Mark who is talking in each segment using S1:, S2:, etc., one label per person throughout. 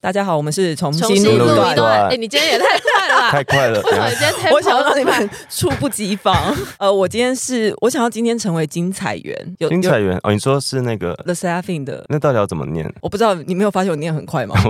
S1: 大家好，我们是重
S2: 重新
S1: 录
S2: 录一
S1: 段。
S2: 段。哎，你今天也太快了 吧！
S3: 太快了，
S2: 为什么你今天 tempo
S1: 我想要让你
S2: 那么
S1: 们 猝不及防。 呃，我今天是我想要今天成为金彩媛，有
S3: 金彩媛哦，你说是那个，
S1: The s e r p h i n 的，
S3: 那到底要怎么念？
S1: 我不知道你没有发现我念很 快吗？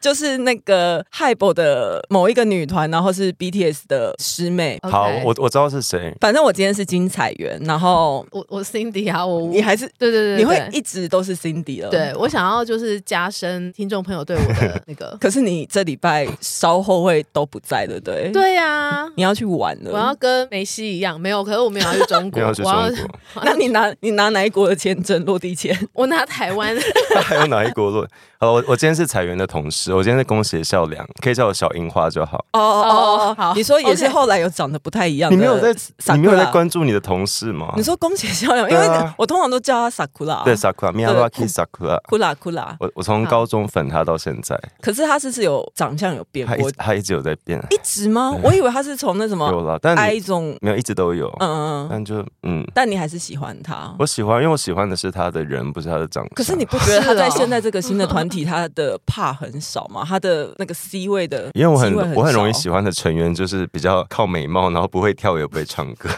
S1: 就是那个 HYBE 的某一个女团，然后是 BTS 的师妹。
S2: 快？
S3: 好，
S2: OK
S3: 我我知道是谁，
S1: 反正我今天是金彩媛，然后
S2: 我我 Cindy 啊，我
S1: 你还是
S2: 对对对，对
S1: 你会
S2: 对
S1: 一直都是 Cindy 了。
S2: 对我想要就是加深听众朋友对我 的那个，
S1: 可是你这礼拜稍后会都不在的，对不对？，
S2: 对呀，
S1: 你要去玩了。
S2: 我要跟梅西一样，没有，可是我没有要去中
S3: 没
S2: 国，
S3: 有去
S2: 我
S3: 中
S2: 要
S3: 国，
S1: 那你拿你拿哪一国的签证落地签？
S2: 我拿台湾，
S3: 还有哪一国论？好了，我我今天是彩媛的同事，我今天是恭喜笑良，可以叫我小樱花就好。
S1: 哦
S2: 哦
S1: 哦哦，
S2: 好
S1: 你说也是
S2: OK
S1: 后来有长得不太一样的
S3: 你没有在，
S1: Sakura
S3: 你没有在关注你的同事吗？
S1: 你说宫崎逍遥，因
S3: 对啊
S1: 为我通常都叫他 Sakura，
S3: 对，Sakura 啊 Miyazaki Sakura，
S1: 库拉库拉，
S3: 我我从高中粉他到现在，
S1: 可是他是是有长相有变
S3: 他一
S1: 过
S3: 直，他一直有在变，
S1: 一直吗？ 我以为他是从那什
S3: 有
S1: 么
S3: 了，但
S1: 哀
S3: 你
S1: 中，
S3: 没有一直都有，
S1: 嗯嗯嗯，
S3: 但就嗯，
S1: 但你还是喜欢他。
S3: 我喜欢，因为我喜欢的是他的人，不是他的长相。
S1: 可是你不觉得他在
S2: 是哦
S1: 现在这个新的团体，他的怕很少吗？他的那个 C 位的机会少，
S3: 因为我很我很容易喜欢的成员就是比较靠美貌，然后不会跳也不会唱歌。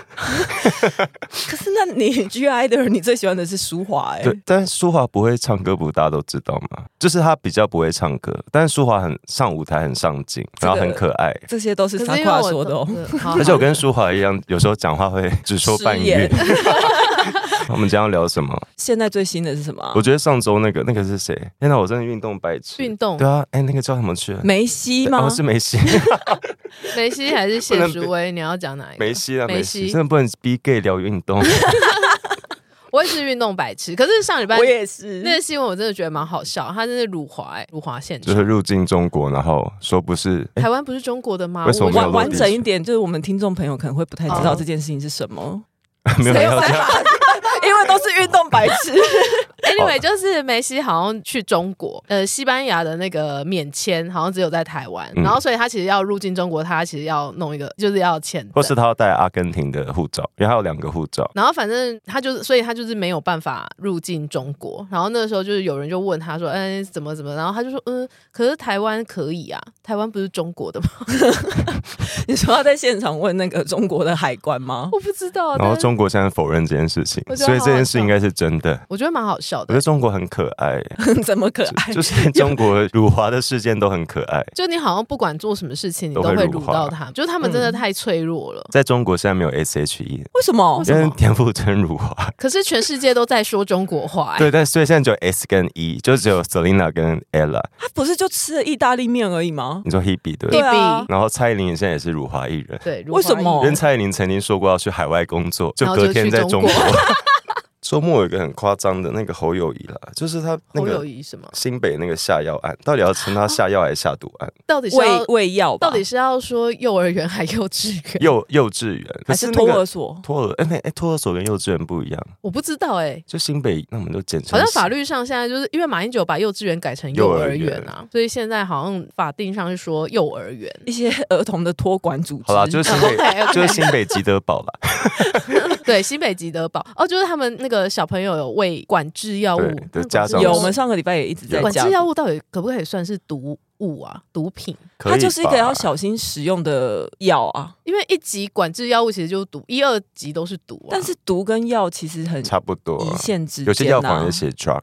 S1: 可是那你 G I 的人，你最喜欢的是舒华哎、
S3: 对，但是舒华不会唱歌，不大家都知道吗？就是他比较不会唱歌，但是舒华很上舞台很上镜，
S1: 这
S3: 然
S1: 个
S3: 后很可爱。
S1: 这些都是
S2: 可是
S1: 傻
S2: 因为
S1: 瓜
S2: 我
S1: 说的哦。
S2: 对好
S3: 而且我跟
S2: 好
S3: 舒华一样，有时候讲话会只说半
S1: 失
S3: 语
S1: 言。
S3: 我们今天要聊什么？
S1: 现在最新的是什么啊
S3: 我？觉得上周那个那个是谁？天哪，我真的运动白痴。
S2: 运动
S3: 对啊，哎，那个叫什么去了？
S1: 梅西吗
S3: 哦，？是梅西，
S2: 梅西还是谢
S3: 不能
S2: 淑薇，你要讲哪一个？
S3: 梅西啊，
S2: 梅
S3: 梅
S2: 西
S3: 西，真的不能逼 gay 聊运动。
S2: 我也是运动白痴，可是上礼拜
S1: 我也是。
S2: 那个新闻我真的觉得蛮好笑，他真是辱华、欸，辱华现
S3: 就是
S2: 场。
S3: 入境中国，然后说不是， 哎
S2: 台湾不是中国的吗？
S3: 为什么没有
S1: 完
S3: 落
S1: 完
S3: 地
S1: 整一点，就是我们听众朋友可能会不太知道
S2: 哦
S1: 这件事情是什么，
S3: 没有
S1: 谁
S3: 没
S1: 有
S3: 有
S1: 办
S3: 这样，
S1: 法因为都是运动白痴。
S2: Anyway，就是梅西好像去中国，呃，西班牙的那个免签好像只有在台湾，
S3: 嗯
S2: 然后所以他其实要入境中国，他其实要弄一个，就是要签
S3: 或
S2: 证。
S3: 是他要带阿根廷的护照，因为他有两个护照。
S2: 然后反正他就是，所以他就是没有办法入境中国。然后那个时候就是有人就问他说：“嗯、怎么怎么？”然后他就说：“嗯，可是台湾可以啊，台湾不是中国的吗
S1: 你说要在现场问那个中国的海关？”吗？
S2: 我不知道。
S3: 然后
S2: 但是
S3: 中国现在否认这件事情
S2: 我，觉得
S3: 所以
S2: 好
S3: 这件事
S2: 好笑
S3: 应该是真的。
S2: 我觉得蛮好笑
S3: 我觉得
S2: 的，
S3: 中国很可 爱，
S1: 怎么可爱？
S3: 就是中国辱华的事件都很可爱。
S2: 就你好像不管做什么事情，你都
S3: 都会
S2: 会
S3: 辱
S2: 辱
S3: 华
S2: 到他们，就是他们真的
S1: 嗯
S2: 太脆弱了。
S3: 在中国现在没有 S H E，
S1: 为什么
S2: 为？什
S3: 因
S2: 么
S3: 为田馥甄辱华。
S2: 可是全世界都在说中国话、欸，
S3: 对，但所以现在只有 S 跟 E，就只有 Selina 跟 Ella。
S1: 他不是就吃了意大利面而已吗？
S3: 你说 Hebe 对不
S1: 对
S3: 对？
S1: 啊，
S3: 然后蔡依林现在也是辱华艺人，
S2: 对，
S1: 为什么
S3: 因为蔡依林曾经说过要去海外工作，就
S2: 然后就
S3: 隔天
S2: 去
S3: 在
S2: 中
S3: 中国
S2: 国。
S3: 周末有一个很夸张的那个侯友谊啦，就是他那
S2: 侯
S3: 个
S2: 友谊什么？
S3: 新北那个下药案，到底要称他下药还是下毒 案？
S2: 到底是
S1: 喂
S2: 要
S1: 喂药吧？
S2: 到底是要说幼儿园还幼稚园？
S3: 幼幼稚园可
S1: 还
S3: 是
S1: 是
S3: 那
S1: 托儿
S3: 个
S1: 所？
S3: 托儿，哎、那哎、托儿所跟幼稚园不一样，
S2: 我不知道哎、欸
S3: 就新北那我们就简
S2: 好
S3: 称。
S2: 像法律上现在就是因为马英九把幼稚园改成幼儿园啊，所以现在好像法定上是说幼儿园。
S1: 一些儿童的托管组织？嗯
S3: 好啦，就是 新
S2: OK，OK
S3: 北，就是新北吉德堡啦。
S2: 对，新北吉德堡哦，就是他们那个小朋友有喂管制药物
S3: 对
S2: 那
S3: 的
S2: 管
S3: 家
S2: 制
S3: 长
S1: 有，
S2: 药物
S1: 我们上个礼拜也一直在
S2: 管
S1: 讲
S2: 制，药物到底可不可以算是毒物啊？毒品？
S3: 可 以
S1: 它就是一个
S3: 吧
S1: 要小心使用的药啊。
S2: 因为一级管制药物其实就是毒，一二级都是毒、啊。
S1: 但是毒跟药其实很
S3: 差不多。
S1: 一线之间、啊，
S3: 有些药房也写 drug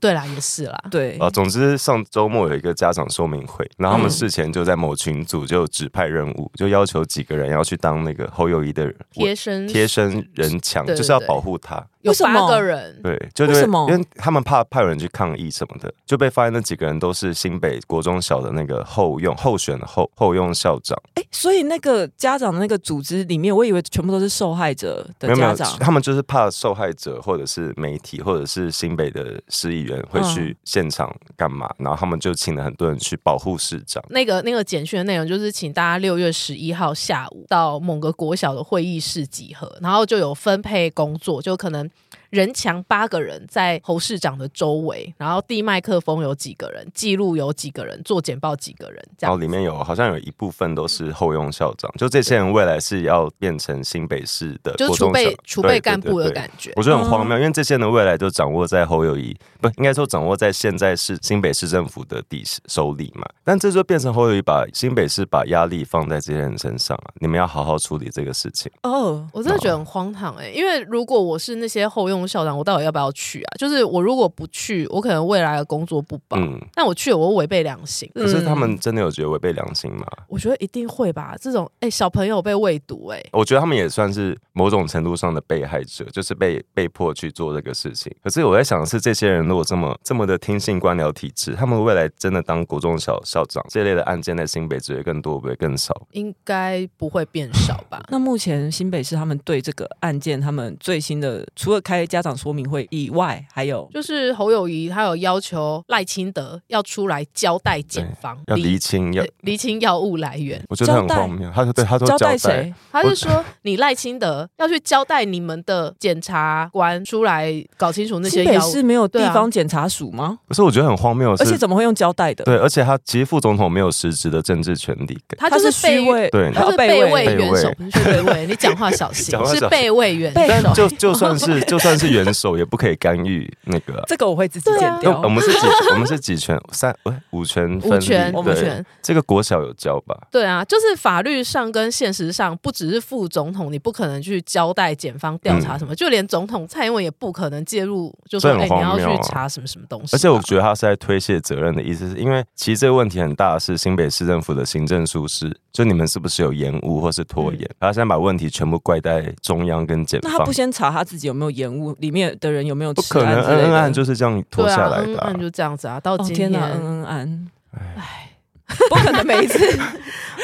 S2: 对啦，也是啦，
S1: 对
S3: 啊，总之上周末有一个家长说明会，然后
S1: 嗯
S3: 他们事前就在某群组就有指派任务，就要求几个人要去当那个侯友谊的人
S2: 贴身
S3: 贴身人墙，
S2: 对对
S3: 就是要
S2: 对
S3: 保护他。
S2: 有
S1: 为什么
S2: 八个人，
S3: 对，就
S1: 为
S3: 对
S1: 什么
S3: 因为他们怕怕有人去抗议什么的，就被发现那几个人都是新北国中小的那个后用候选的后后用校长，
S1: 哎、所以那个家长的那个组织里面，我以为全部都是受害者的
S3: 没有没
S1: 家
S3: 有，
S1: 长。
S3: 他们就是怕受害者或者是媒体或者是新北的市议员会
S2: 嗯
S3: 去现场干嘛，然后他们就请了很多人去保护市长。
S2: 那个那个简讯的内容就是，请大家六月十一号下午到某个国小的会议室集合，然后就有分配工作，就可能人墙八个人在侯市长的周围，然后递麦克风有几个人，记录有几个人，做简报几个人，这
S3: 然
S2: 样
S3: 后哦里面有好像有一部分都是后用校长，就这些人未来是要变成新北市的
S2: 就是
S3: 国
S2: 储
S3: 中
S2: 备
S3: 小
S2: 储
S3: 对
S2: 备
S3: 对
S2: 干部
S3: 对
S2: 的
S3: 对
S2: 感觉。
S3: 我觉得很荒谬，因为这些人的未来就掌握在侯友谊，不应该说掌握在现在市新北市政府的底手里嘛。但这就变成侯友谊把新北市把压力放在这些人身上啊，你们要好好处理这个事情。
S1: 哦，？
S2: 我真的觉得很荒唐哎、因为如果我是那些后用校长，我到底要不要去啊？就是我如果不去，我可能未来的工作不保；
S3: 嗯，
S2: 但我去了，我会违背良心。
S3: 可是他们真的有觉得违背良心吗？
S2: 我觉得一定会吧。这种哎、小朋友被喂毒哎、
S3: 我觉得他们也算是某种程度上的被害者，就是被被迫去做这个事情。可是我在想的是，这些人如果这么这么的听信官僚体制，他们未来真的当国中小校长这类的案件在新北只会更多，不会更少。
S2: 应该不会变少吧
S1: 那目前新北市他们对这个案件，他们最新的除了开家长说明会以外，还有
S2: 就是侯友谊他有要求赖清德要出来交代检方
S3: 要厘清，要
S2: 对厘清药物来 源。
S3: 我觉得很荒谬。他说对，他说
S1: 交
S3: 交
S1: 代
S3: 代
S1: 谁？
S2: 他是说，你赖清德要去交代你们的检察官出来搞清楚那些
S1: 新北
S2: 药
S1: 市
S2: 物。
S1: 没有
S2: 对
S1: 地
S2: 啊
S1: 方检察署吗？
S3: 可是我觉得很荒谬的
S1: 而
S3: 是，
S1: 且怎么会用胶带的？
S3: 对，而且他其实副总统没有实质的政治权利跟。
S2: 他
S1: 他
S2: 就是被
S1: 虚位，
S3: 对
S2: 他是
S1: 啊备
S2: 备
S1: 位
S2: 位
S3: 备
S2: 元
S3: 位
S2: 首，不是备位。你讲话小心
S3: 讲，话
S2: 是
S3: 小心
S2: 备位元
S1: 备
S2: 首。
S3: 就就算是 就算是元首，也不可以干预那个啊、
S1: 这个我会自己
S2: 对啊
S1: 剪
S3: 因
S1: 掉
S3: 为。我们是几我们是几权 三喂五权分
S2: 五
S3: 立
S2: 权，
S1: 我
S2: 五
S1: 们
S3: 对，
S2: 权，
S3: 这个国小有教吧？
S2: 对啊，就是法律上跟现实上，不只是副总统，你不可能去交代检方调查什么，就连总统蔡英文也不可能介入，就说
S3: 嗯这
S2: 哎、
S3: 很
S2: 你要
S3: 荒谬啊
S2: 去查什么什么东西吧。
S3: 而且我觉得他是在推卸责任的意思，是因为其实这个问题很大，是新北市政府的行政疏失，就你们是不是有延误或是拖延？他现在把问题全部怪在中央跟检
S1: 嗯那他
S3: 方
S1: 不，先查他自己有没有延误，里面的人有没有
S3: 不
S1: 吃
S3: 可
S1: 案
S3: 能
S1: 之类
S3: 恩
S1: 的
S3: 恩案就是这样拖
S2: 对
S3: 下
S2: 啊，
S3: 来
S2: 嗯
S3: 的啊、
S2: 嗯，就这样子啊，到
S1: 哦
S2: 今
S1: 天
S2: 天，
S1: 哪，恩恩安，
S2: 唉
S1: 不可能每一次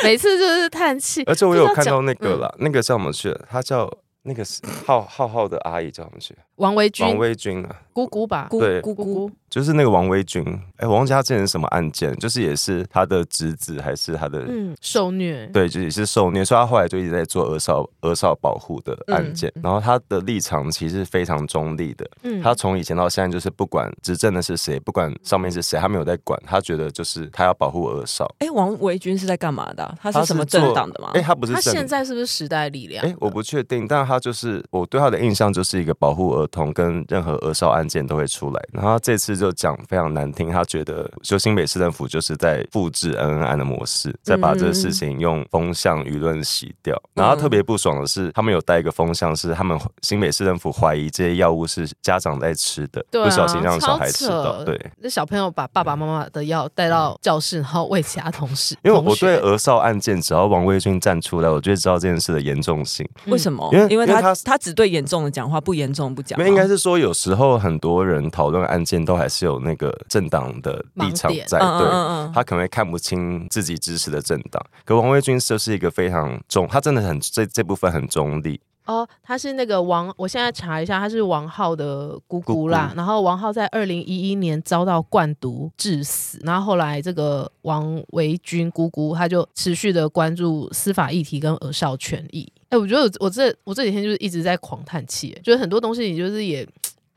S2: 每次就是叹气。
S3: 而且我有看
S2: 就是要
S3: 到
S2: 讲
S3: 那个啦，那个叫什么去了？他叫那个是浩浩浩的阿姨叫什么去？
S2: 王维君
S3: 王威君啊，
S2: 姑姑吧，
S1: 咕
S3: 对
S1: 咕
S2: 姑
S1: 咕
S2: 姑，
S3: 就是那个王威君。哎、我忘记他之前是什么案件，就是也是他的侄子还是他的。
S2: 嗯，受虐，
S3: 对，就也是受虐，所以他后来就一直在做儿少儿少保护的案件。然后他的立场其实是非常中立的，
S2: 嗯，
S3: 他从以前到现在就是不管执政的是谁，不管上面是谁，他没有在管。他觉得就是他要保护儿少。
S1: 哎，王维军是在干嘛的啊？他
S3: 他
S1: 是什么政
S3: 做
S1: 党的吗
S3: 哎、？他不是
S2: 他
S3: 政
S2: 现在是不是时代力量？
S3: 哎、我不确定，但他就是我对他的印象就是一个保护儿童跟任何儿少案件都会出来，然后他这次就讲非常难听，他觉得就新北市政府就是在复制恩恩案的模式，再把这个
S2: 嗯
S3: 事情用风向舆论洗掉。然后他特别不爽的是，他们有带一个风向是他们新北市政府怀疑这些药物是家长在吃的，
S2: 对啊
S3: 不小心让小孩
S2: 超扯
S3: 吃到，对。
S2: 那小朋友把爸爸妈妈的药带到教室，然后喂其他同事。
S3: 因为
S2: 同
S3: 我
S2: 学
S3: 对儿少案件，只要王卫军站出来，我就会知道这件事的严重性。
S1: 为什么？
S3: 因为
S1: 因为
S3: 因为
S1: 他
S3: 他
S1: 他只对严重的讲话，不嗯严重不讲吗。
S3: 那应该是说，有时候很多人讨论案件都还是有那个政党的立场
S2: 盲点
S3: 在，
S1: 嗯嗯
S3: 对。
S1: 嗯嗯，
S3: 他可能会看不清自己支持的政党，可王卫军就是一个非常中，他真的很这这部分很中立，
S2: 哦，他是那个王，我现在查一下，他是王浩的姑姑啦。
S3: 姑
S2: 然后王浩在二零一一年遭到灌毒致死，然后后来这个王维军姑姑，她就持续的关注司法议题跟儿少权益。哎、我觉得我我这我这几天就是一直在狂叹气，觉得很多东西你就是也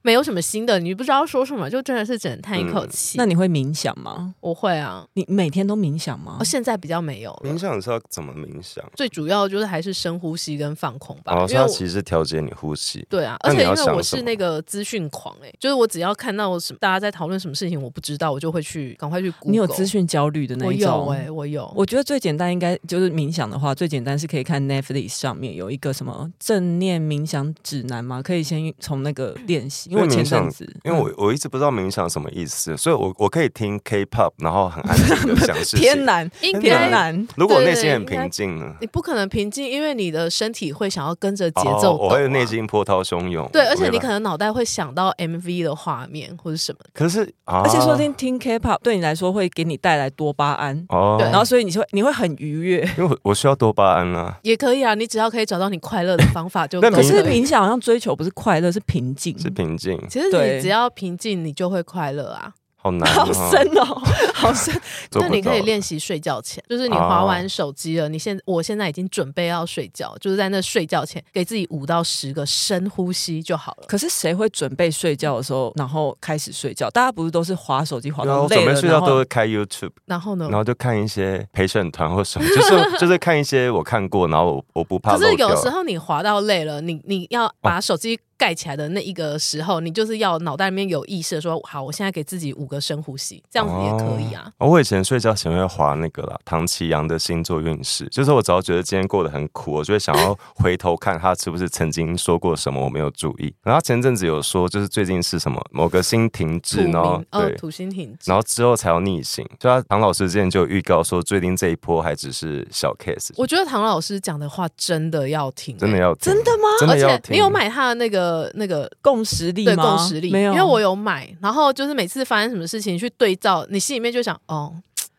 S2: 没有什么新的，你不知道说什么，就真的是只能叹一口
S3: 嗯
S2: 气。
S1: 那你会冥想吗？
S2: 我会啊，
S1: 你每天都冥想吗
S2: 我、？现在比较没有了
S3: 冥想是要怎么冥想？
S2: 最主要就是还是深呼吸跟放空吧，
S3: 哦，
S2: 因
S3: 所以
S2: 为
S3: 他
S2: 我
S3: 其实是调节你呼吸，
S2: 对啊，而
S3: 那你
S2: 且因
S3: 要
S2: 为
S3: 想
S2: 我
S3: 什
S2: 是
S3: 么
S2: 那个资讯狂哎、就是我只要看到什么大家在讨论什么事情我不知道，我就会去赶快去 Google。
S1: 你有资？讯焦虑的那
S2: 我
S1: 一种？
S2: 有哎、我有。
S1: 我觉得最简单应该就是冥想的话，最简单是可以看 Netflix 上面有一个什么正念冥想指南嘛，可以先从那个练习。因为我前阵子，嗯
S3: 因为
S2: 嗯
S3: 我我一直不知道冥想什么意思，所以我我可以听 K-pop，然后很 安静的想事
S1: 偏
S3: 情。
S1: 难，
S2: 应
S1: 偏
S2: 该
S1: 难。
S3: 如果我内
S2: 对
S3: 心很
S2: 应该
S3: 平静呢？
S2: 你不可能平静，因为你的身体会想要跟着节奏、啊
S3: 哦，我会内。心波涛汹涌。
S2: 对，
S3: 我
S2: 而且
S3: 没
S2: 你
S3: 办
S2: 可能脑袋会想到 MV 的画面或者什么的。
S3: 可是，啊而
S1: 而且说不定听 K-pop 对你来说会给你带来多巴胺，
S3: 哦，
S2: 对
S1: 然后所以你就会你会很愉悦。
S3: 因为我我需要多巴胺啊。
S2: 也可以啊，你只要可以找到你快乐的方法就
S3: 那
S2: 够
S1: 可
S2: 了。
S3: 冥
S1: 是冥想好像追求不是快乐，是平静。
S3: 是平静
S2: 其实
S1: 对
S2: 你只要平静，你就会快乐啊。
S3: 好难、哦，
S1: 好深哦，好深。
S3: 做不
S2: 那
S3: 到，
S2: 你可以练习睡觉前，就是你划
S3: 哦
S2: 完手机了，你现我现在已经准备要睡觉，就是在那睡觉前给自己五到十个深呼吸就好了。
S1: 可是谁会准备睡觉的时候，然后开始睡觉？大家不是都是划手机划
S3: 对啊。
S1: 到
S3: 我
S1: 累
S3: 准
S1: 了，
S3: 备睡
S1: 然
S3: 觉
S1: 后
S3: 都会开 YouTube，
S2: 然后呢
S3: 然？后就看一些陪审团或什么，就是 就是看一些我看过，然后我我不怕
S2: 可
S3: 漏
S2: 是
S3: 掉。哦
S2: 有时候你滑到累了，你你要把手机盖起来的那一个时候，你就是要脑袋里面有意识的说，好，我现在给自己五个深呼吸，这样子也可以啊。
S3: 哦我以前睡觉前会划那个啦，唐奇阳的星座运势，就是我只要觉得今天过得很苦，我就会 想要回头看他是不是曾经说过什么我没有注意。然后前阵子有说，就是最近是什么某个星停滞，
S2: 土
S3: 然后
S2: 明呃
S3: 对，
S2: 土星挺直
S3: 然后之后才要逆行。就他唐老师之前就有预告说，最近这一波还只是小 case，
S2: 我觉得唐老师讲的话真的要听、
S3: 真的
S2: 欸
S3: 要听
S1: 真的吗？
S3: 真的要
S2: 而且
S3: 听。
S2: 你有买他的那个那个
S1: 共识力
S2: 对
S1: 吗？
S2: 共识力，
S1: 没有，
S2: 因为我有买，然后就是每次发生什么事情去对照，你心里面就想，哦，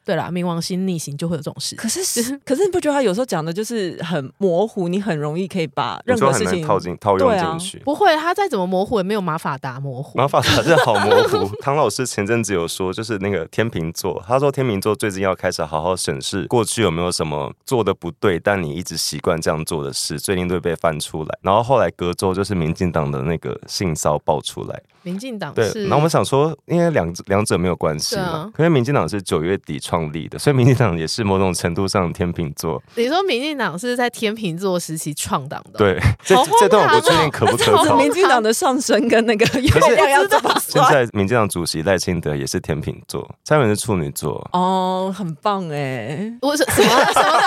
S2: 对啦，冥王星逆行就会有这种事。
S1: 可是，可是你不觉得他有时候讲的就是很模糊，你很容易可以把
S3: 你
S1: 任
S3: 说
S1: 何
S3: 很
S1: 事
S3: 难
S1: 情
S3: 套进套用
S1: 对啊
S3: 进去。
S2: 不会，他再怎么模糊也没有马法达模糊
S3: 然。后法塔真的好 模糊。唐老师前阵子有说，就是那个天秤座，他说天秤座最近要开始好好审视过去有没有什么做的不对，但你一直习惯这样做的事，最近都会被翻出来。然后后来隔周就是民进党的那个性骚爆出来，
S2: 民进党
S3: 对。
S2: 是，
S3: 然后我们想说，因为两两者没有关系
S2: 对
S3: 嘛
S2: 啊，
S3: 可是民进党是九月底创立的，所以民进党也是某种程度上的天秤座。
S2: 你说民进党是在天秤座时期创党的，，
S3: 对，这
S2: 好
S3: 这段我
S2: 荒
S3: 不确
S2: 唐哦
S3: 定可不可
S2: 好
S3: 靠
S2: 荒。
S1: 民进党的上升跟那个月
S3: 是
S1: 亮要怎么
S3: 现
S1: 算？
S3: 在民进党主席赖清德也是天秤座，蔡英文是处女座。
S1: 哦，很棒哎，
S2: 我是什么什么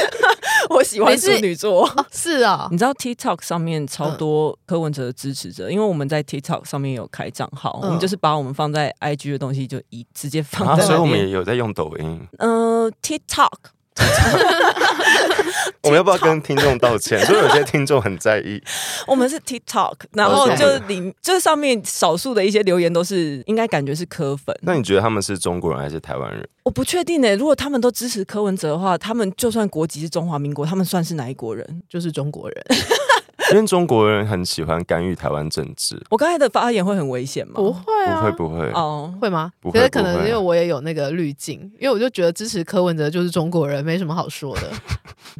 S1: 我喜欢
S2: 你
S1: 处
S2: 是
S1: 女座。
S2: 东西是啊、
S1: 你知道 TikTok 上面超多柯文哲的支持
S3: 嗯
S1: 者，因为我们在 TikTok 上面有开账号，
S2: 嗯
S1: 我们就是把我们放在 IG 的东西就一直接放
S3: 啊，
S1: 在
S3: 所以
S1: 那
S3: 我们也
S1: 边。
S3: 有在用抖音。
S1: 嗯，TikTok
S3: 我们要不 要跟听众道歉？所以有些听众很在意。
S1: 我们是 TikTok，然后
S3: 哦
S1: 就是里就是上面少数的一些留言都是应该感觉是柯粉，
S3: 那你觉得他们是中国人还是台湾人？
S1: 我不确定呢、欸如果他们都支持柯文哲的话，他们就算国籍是中华民国，他们算是哪一国人？
S2: 就是中国人，啊
S3: 因为中国人很喜欢干预台湾政治。
S1: 我刚才的发言会很危险吗？
S2: 不会
S3: 不
S2: 啊，
S3: 会不会，
S1: 哦，
S2: 会吗
S3: 不？会
S2: 可是可能
S3: 不会
S2: 因为我也有那个滤镜，因为我就觉得支持柯文哲就是中国人，没什么好说的。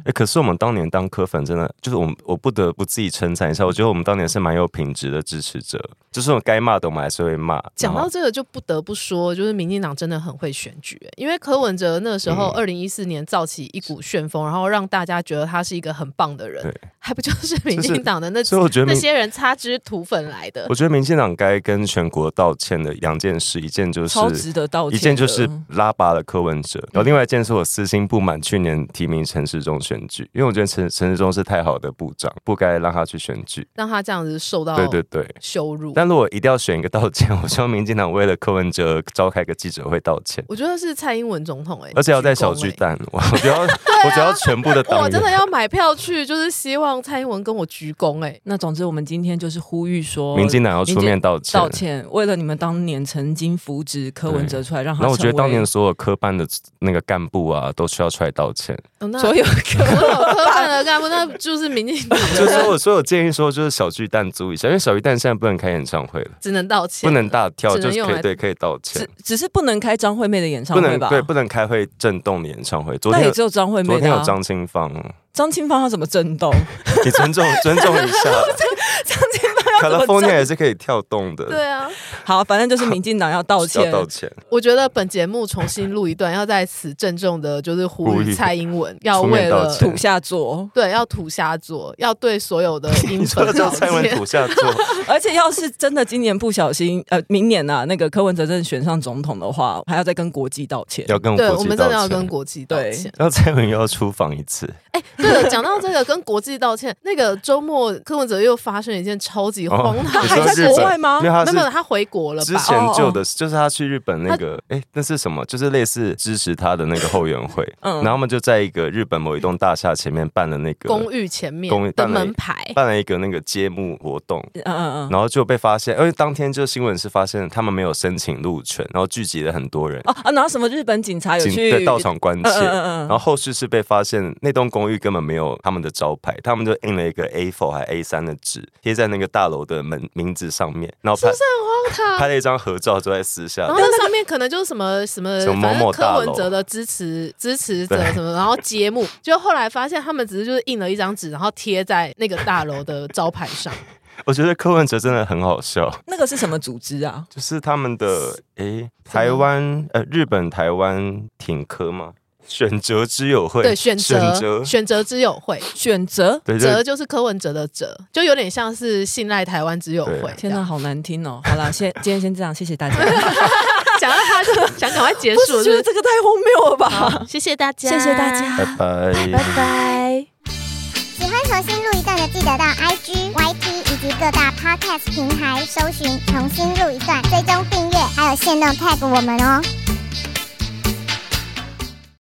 S3: 哎，可是我们当年当科粉真的，就是我们我不得不自己称赞一下，我觉得我们当年是蛮有品质的支持者，就是我们该骂的我们还是会骂。
S2: 讲
S3: 然
S2: 到
S3: 后
S2: 这个，就不得不说，就是民进党真的很会选举、欸因为柯文哲那时
S3: 嗯
S2: 候二零一四年造起一股旋风，然后让大家觉得他是一个很棒的人
S3: 对，
S2: 还不就是民进党的那、
S3: 所以我觉得
S2: 那
S3: 民
S2: 些人擦脂涂粉来的
S3: 我？觉得民进党该跟全国道歉的两件事，一件就是
S1: 超值得道歉
S3: 一
S1: 的。
S3: 件就是拉拔了柯文哲，然后另外一件是我私心不满去年提名陈时中选举，因为我觉得陈陈时中是太好的部长，不该让他去选举。
S2: 让他这样子受到
S3: 对对对。
S2: 羞辱。
S3: 但如果一定要选一个道歉，我希望民进党为了柯文哲召开个记者会道歉，
S2: 我觉得是蔡英文总统哎、
S3: 而且要在小
S2: 鞠
S3: 巨
S2: 躬欸
S3: 蛋，我 我觉得要我觉得要全部的党
S2: 我真的
S3: 员
S2: 要买票去，就是希望蔡英文跟我鞠躬哎、
S1: 那总之，我们今天就是呼吁说，
S3: 民进党要出面道歉。
S1: 道歉，为了你们当年曾经扶植柯文哲出来，让他
S3: 然后我觉得
S1: 成为
S3: 当年所有科办的那个干部啊，都需要出来道歉。
S2: 哦那
S1: 所有
S2: 所有科办的干部，那就是民进党 的
S3: 就是我，所以我建议说，就是小巨蛋租一下，因为小巨蛋现在不能开演唱会了。
S2: 只能道歉，
S3: 不能大跳，
S2: 只
S3: 就
S2: 能
S3: 是
S2: 用
S3: 可以
S2: 来
S3: 对，可以道歉
S1: 只，只是不能开张惠妹的演唱
S3: 不
S1: 会
S3: 能
S1: 吧？
S3: 对，不能开会震动你演唱会。昨
S1: 那
S3: 天
S1: 也
S3: 有
S1: 只有张惠
S3: 昨
S1: 妹
S3: 天
S1: 的、
S3: 有
S1: 啊。
S3: 张清芳，
S1: 张清芳她怎么震动？
S3: 你尊重 尊重一下。张
S1: 怎么
S3: California
S1: 震
S3: 也是可以跳动的，
S2: 对啊。
S1: 好，反正就是民进党要道歉。
S3: 要道歉，
S2: 我觉得本节目重新录一段，要在此郑重的，就是呼
S3: 呼吁
S2: 吁蔡英文要
S3: 出
S2: 为
S3: 面道
S2: 了
S3: 歉
S1: 土下座，
S2: 对要土下座，要对所有的英
S3: 你说
S2: 粉
S3: 叫
S2: 道
S3: 蔡文
S2: 歉。
S3: 土下座，
S1: 而且要是真的今年不小心，呃，明年呐、啊，那个柯文哲真的选上总统的话，还要再跟国际道歉。
S3: 要跟
S2: 对，
S3: 国
S2: 我
S3: 际
S2: 们真的要
S3: 道
S2: 跟
S3: 歉。
S2: 国际道
S1: 对
S2: 歉。
S3: 然后蔡文又要出访一次，
S2: 对了，讲到这个跟国际道歉， 那个周末柯文哲又发生一件超级荒唐
S3: 哦你
S1: 他
S2: 的
S3: 说
S2: 事，
S1: 还在
S3: 日
S1: 国
S3: 本
S1: 外吗
S3: 没有，
S2: 没有没有，
S3: 他
S2: 他回国了
S3: 是之
S2: 吧？
S3: 前
S1: 哦哦
S3: 就的，就是他去日本那个，哎，那是什么？就是类似支持他的那个后援会，
S1: 嗯
S3: 然后他们就在一个日本某一栋大厦前面办了那个
S2: 公寓前面
S3: 公寓
S2: 的
S3: 办了一
S2: 门牌，
S3: 办了一个那个揭幕活动，
S1: 嗯嗯嗯。
S3: 然后就被发现，因为当天就新闻是发现他们没有申请入权，然后聚集了很多人，
S1: 哦啊，然后什么日本警察有
S3: 警
S1: 去
S3: 对到场关切。
S1: 嗯嗯嗯嗯
S3: 然后后续是被发现那栋公寓根本没有他们的招牌，他们就印了一个 A4 还 A3 的纸贴在那个大楼的门名字上面，然后拍
S2: 是不是很荒靠
S3: 拍了一张合照之后在私下
S2: 然后那上面可能就是什么什么，
S3: 什么
S2: 反正
S3: 某某大
S2: 柯
S3: 楼
S2: 文哲的支持支持者
S3: 对
S2: 什么，然后节目，就后来发现他们只是就是印了一张纸，然后贴在那个大楼的招牌上。
S3: 我觉得柯文哲真的很好笑，
S1: 那个是什么组织啊？
S3: 就是他们的诶，台湾呃日本台湾挺科吗？选择之友会，
S2: 对，选择
S3: 择
S2: 选择之友会，
S1: 选择？
S3: 对
S2: 哲
S3: 这
S2: 就是柯文哲的哲，就有点像是信赖台湾之友会
S3: 对。
S1: 天哪，，好难听哦！好啦，先今天先这样，谢谢大家。
S2: 讲到他就想赶快结
S1: 不
S2: 束，
S1: 是觉得
S2: 是
S1: 这个太荒谬了
S2: 不
S1: 吧？
S2: 是好谢谢大家，
S1: 谢谢大家。
S3: 拜拜
S4: 拜拜。
S5: 喜欢重新录一段的，记得到 IG、YT 以及各大 Podcast 平台搜寻“重新录一段”，追踪订阅，还有限定 tag 我们哦。